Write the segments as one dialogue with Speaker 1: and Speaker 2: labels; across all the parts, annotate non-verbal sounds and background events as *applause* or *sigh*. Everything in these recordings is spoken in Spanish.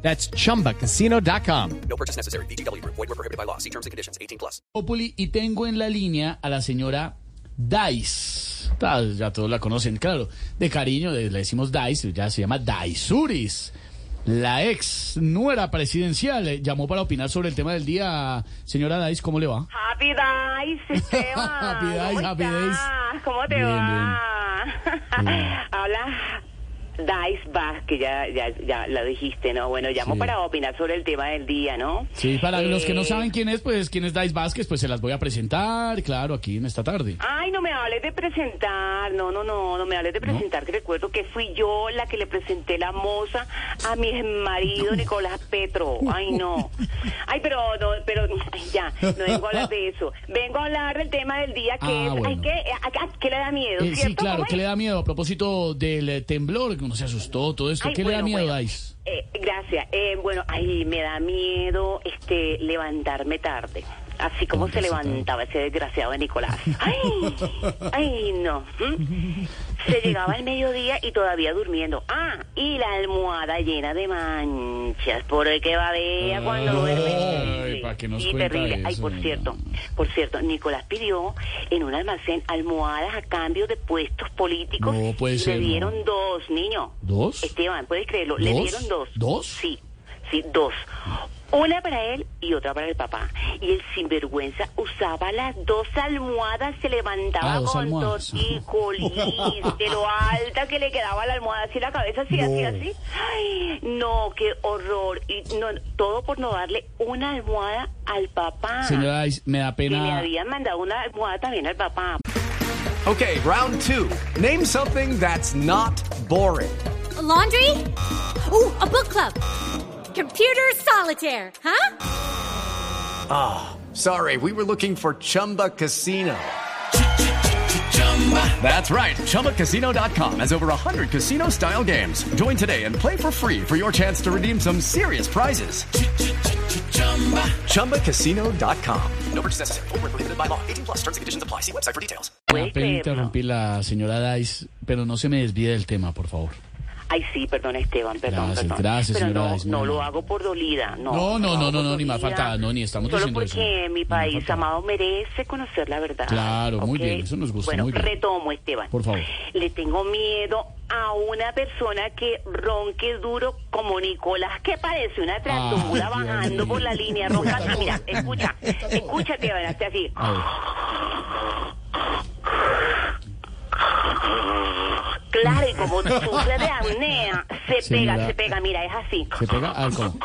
Speaker 1: That's chumbacasino.com.
Speaker 2: No purchase necessary. BGW. Void were prohibited by law. See terms and conditions. 18 plus.
Speaker 3: Populi, y tengo en la línea a la señora Dice. Ah, Ya todos la conocen, claro. De cariño de- le decimos Dice, ya se llama Daisuris. La ex nuera presidencial eh, llamó para opinar sobre el tema del día. Señora Dice, ¿cómo le va?
Speaker 4: Happy Days,
Speaker 3: *laughs*
Speaker 4: Esteban.
Speaker 3: Happy Days,
Speaker 4: ¿Cómo
Speaker 3: Happy
Speaker 4: estás?
Speaker 3: Days.
Speaker 4: ¿Cómo te
Speaker 3: Bien,
Speaker 4: va? *laughs*
Speaker 3: Bien.
Speaker 4: Habla Dice Vaz, que ya, ya, ya la dijiste, ¿no? Bueno, llamo
Speaker 3: Sí.
Speaker 4: para opinar sobre el tema del día, ¿no?
Speaker 3: Sí, para los que no
Speaker 4: Eh,
Speaker 3: saben quién es, pues quién es Dice Vázquez, pues se las voy a presentar, claro, aquí en esta tarde.
Speaker 4: Ay, no me hables de presentar, no, no, no, no me hables de presentar, que recuerdo que fui yo la que le presenté la moza a mi marido Nicolás Petro, ay no, ay pero, no, pero, ay, ya, no vengo a hablar de eso, vengo a hablar del tema del día que
Speaker 3: Ah,
Speaker 4: es, ay,
Speaker 3: bueno.
Speaker 4: ¿qué, a- a- qué le da miedo?
Speaker 3: Eh, sí,
Speaker 4: ¿cierto?
Speaker 3: claro,
Speaker 4: ¿Cómo
Speaker 3: ¿qué
Speaker 4: es?
Speaker 3: le da miedo a propósito del eh, temblor? que Uno se asustó, todo esto.
Speaker 4: Ay,
Speaker 3: ¿Qué le da
Speaker 4: bueno,
Speaker 3: miedo,
Speaker 4: bueno.
Speaker 3: Dice?
Speaker 4: Eh, gracias. Eh, bueno, ahí me da miedo este levantarme tarde. Así como se
Speaker 3: Pobrecita.
Speaker 4: levantaba ese desgraciado de Nicolás.
Speaker 3: *laughs*
Speaker 4: ¡Ay! ¡Ay, no! ¿Mm? Se llegaba al mediodía y todavía durmiendo. ¡Ah! Y la almohada llena de manchas. Porque babea cuando duerme.
Speaker 3: Ay,
Speaker 4: Sí,
Speaker 3: para que nos
Speaker 4: sí,
Speaker 3: cuenta
Speaker 4: terrible. Ay,
Speaker 3: eso,
Speaker 4: por
Speaker 3: no.
Speaker 4: cierto. Por cierto, Nicolás pidió en un almacén almohadas a cambio de puestos políticos.
Speaker 3: No puede
Speaker 4: y
Speaker 3: ser,
Speaker 4: Le
Speaker 3: no.
Speaker 4: dieron dos, niño.
Speaker 3: ¿Dos?
Speaker 4: Esteban, puedes creerlo. Le
Speaker 3: ¿Dos?
Speaker 4: dieron dos.
Speaker 3: ¿Dos?
Speaker 4: Sí, sí, dos. Una para él y otra para el papá. Y el sinvergüenza usaba las dos almohadas, se levantaba
Speaker 3: Ah, dos
Speaker 4: con
Speaker 3: almohadas. *laughs*
Speaker 4: tortícolis, de lo alta que le quedaba la almohada, así la cabeza, así, así,
Speaker 3: No.
Speaker 4: así. Ay, no, qué horror. Y no, todo por no darle una almohada al papá.
Speaker 3: Señora Dice, me da
Speaker 4: que le
Speaker 3: pena.
Speaker 4: habían mandado una almohada también al papá.
Speaker 5: Okay, round two. Name something that's not boring.
Speaker 6: A laundry? Ooh, a book club. Computer solitaire, huh?
Speaker 5: Sorry, we were looking for Chumba Casino. That's right. ChumbaCasino.com has over 100 casino style games. Join today and play for free for your chance to redeem some serious prizes. ChumbaCasino.com.
Speaker 2: No purchase necessary. Void were prohibited by law. 18 plus. Terms and conditions apply. See website for details.
Speaker 3: Me da
Speaker 4: ¿Puede
Speaker 3: pena
Speaker 4: creerlo?
Speaker 3: interrumpir la señora Dice, pero no se me desvíe del tema, por favor.
Speaker 4: Ay, sí, perdón, Esteban, perdón.
Speaker 3: Gracias,
Speaker 4: perdón.
Speaker 3: gracias,
Speaker 4: Pero
Speaker 3: señora
Speaker 4: no,
Speaker 3: Daisy,
Speaker 4: no
Speaker 3: no, no.
Speaker 4: lo hago por dolida, no.
Speaker 3: No, no, no,
Speaker 4: lo hago
Speaker 3: no,
Speaker 4: por
Speaker 3: no, ni más
Speaker 4: dolida.
Speaker 3: faltaba, no, ni estamos
Speaker 4: Solo
Speaker 3: diciendo eso.
Speaker 4: porque mi
Speaker 3: Ni más
Speaker 4: país
Speaker 3: faltaba.
Speaker 4: amado merece conocer la verdad.
Speaker 3: Claro, muy
Speaker 4: ¿ok?
Speaker 3: bien, eso nos gusta,
Speaker 4: Bueno,
Speaker 3: muy bien.
Speaker 4: retomo, Esteban.
Speaker 3: Por favor.
Speaker 4: Le tengo miedo a una persona que ronque duro como Nicolás, que parece una tractobula
Speaker 3: Dios
Speaker 4: bajando
Speaker 3: mío.
Speaker 4: por la línea roja. Así, Mira, escucha, escucha, Esteban, hasta así.
Speaker 3: A ver.
Speaker 4: Claro, y como sufre de apnea, se
Speaker 3: Señora.
Speaker 4: pega, se pega, mira, es así.
Speaker 3: ¿Se pega? A ver,
Speaker 4: *laughs*
Speaker 3: ¿cómo?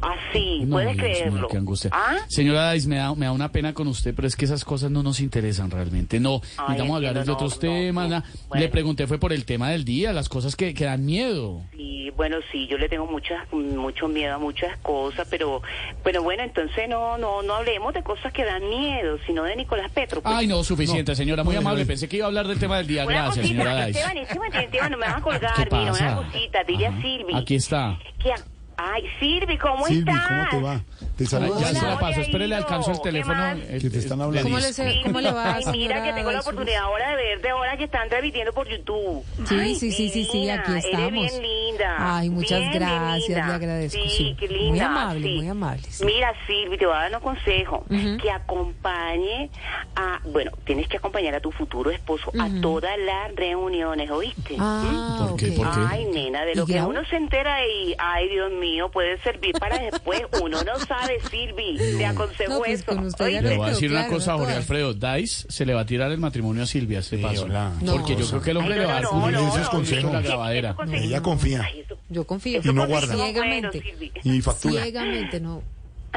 Speaker 4: Así,
Speaker 3: No,
Speaker 4: puedes
Speaker 3: Dios mío,
Speaker 4: creerlo.
Speaker 3: qué angustia.
Speaker 4: ¿Ah?
Speaker 3: Señora Dice, me da, me da una pena con usted, pero es que esas cosas no nos interesan realmente. No,
Speaker 4: Ay,
Speaker 3: necesitamos hablar de
Speaker 4: entiendo,
Speaker 3: otros
Speaker 4: no, no,
Speaker 3: temas.
Speaker 4: no.
Speaker 3: nada. Le
Speaker 4: Bueno.
Speaker 3: pregunté, fue por el tema del día, las cosas que, que dan miedo.
Speaker 4: Y bueno, sí, yo le tengo muchas, mucho miedo a muchas cosas, pero, pero bueno, entonces no, no, no hablemos de cosas que dan miedo, sino de Nicolás Petro. pues.
Speaker 3: Ay, no, suficiente, señora, muy amable. Pensé que iba a hablar del tema del día.
Speaker 4: Una
Speaker 3: Gracias,
Speaker 4: cosita,
Speaker 3: señora Dice.
Speaker 4: Esteban, Esteban, Esteban, no me vas a colgar,
Speaker 3: ¿Qué
Speaker 4: mira, una
Speaker 3: pasa?
Speaker 4: cosita, dile
Speaker 3: Ajá.
Speaker 4: a Silvi.
Speaker 3: Aquí está.
Speaker 4: que a- Ay, Silvi, ¿cómo
Speaker 7: Silvi,
Speaker 4: estás?
Speaker 7: ¿cómo te va? Te
Speaker 3: Ay,
Speaker 7: saludo.
Speaker 3: ya se la
Speaker 4: hola,
Speaker 3: paso. Espere, le
Speaker 4: Diego,
Speaker 3: alcanzo el
Speaker 4: ¿qué
Speaker 3: teléfono. eh,
Speaker 4: más?
Speaker 3: el-
Speaker 7: Que te están
Speaker 3: el-
Speaker 7: hablando.
Speaker 3: el
Speaker 8: ¿Cómo
Speaker 3: disco.
Speaker 8: le, ¿Cómo le va?
Speaker 4: Ay, mira que tengo la oportunidad ahora de verte ahora que están transmitiendo por YouTube.
Speaker 8: Sí, sí, sí, sí, sí,
Speaker 4: Divina,
Speaker 8: aquí
Speaker 4: Eres
Speaker 8: estamos.
Speaker 4: bien linda.
Speaker 8: Ay, muchas
Speaker 4: bien, bien
Speaker 8: gracias,
Speaker 4: linda.
Speaker 8: le agradezco.
Speaker 4: Sí,
Speaker 8: sí.
Speaker 4: qué linda.
Speaker 8: Muy amable,
Speaker 4: sí.
Speaker 8: muy amable. sí.
Speaker 4: Mira, Silvi, te voy a dar un consejo. Que acompañe a. Bueno, tienes que acompañar a tu futuro esposo a todas las reuniones, ¿oíste? ¿Mm?
Speaker 8: Ah,
Speaker 3: ¿Por qué?
Speaker 8: ok.
Speaker 3: ¿Por qué?
Speaker 4: Ay, nena, de lo
Speaker 8: ¿Y
Speaker 4: que
Speaker 8: ya?
Speaker 4: uno se entera y, ay, Dios mío, puede servir para después. Uno no sabe, Silvi, te aconsejo
Speaker 8: *laughs* No, pues,
Speaker 4: eso.
Speaker 8: con usted ya
Speaker 3: Le voy
Speaker 4: ¿oíste?
Speaker 3: a
Speaker 8: Pero
Speaker 3: decir una
Speaker 8: claro,
Speaker 3: cosa, Jorge
Speaker 8: todas.
Speaker 3: Alfredo. Dice se le va a tirar el matrimonio a Silvia, este paso.
Speaker 7: hola.
Speaker 3: Porque yo
Speaker 8: No.
Speaker 3: creo que el hombre
Speaker 4: Ay,
Speaker 3: le va a dar
Speaker 7: no, no,
Speaker 3: culo
Speaker 7: no,
Speaker 3: con la
Speaker 7: no,
Speaker 3: grabadera.
Speaker 7: Ella confía.
Speaker 4: Ay, eso-
Speaker 8: Yo confío.
Speaker 4: eso
Speaker 7: no
Speaker 4: con
Speaker 7: guarda.
Speaker 4: eso, bueno,
Speaker 8: Ciegamente.
Speaker 4: Silvi.
Speaker 7: Y factura.
Speaker 8: Ciegamente, no.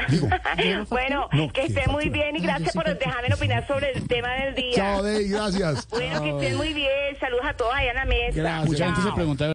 Speaker 7: Digo,
Speaker 4: Bueno,
Speaker 7: No,
Speaker 4: que
Speaker 7: que
Speaker 4: estén muy bien y
Speaker 8: No, yo
Speaker 4: gracias
Speaker 8: sí
Speaker 4: por
Speaker 8: factura.
Speaker 4: dejarme opinar sobre el tema del día.
Speaker 7: chao, Dey, gracias.
Speaker 4: Bueno, que estén muy bien. Saludos a todos allá en la mesa.
Speaker 7: Gracias.
Speaker 3: Mucha gente se
Speaker 4: Chao.
Speaker 3: pregunta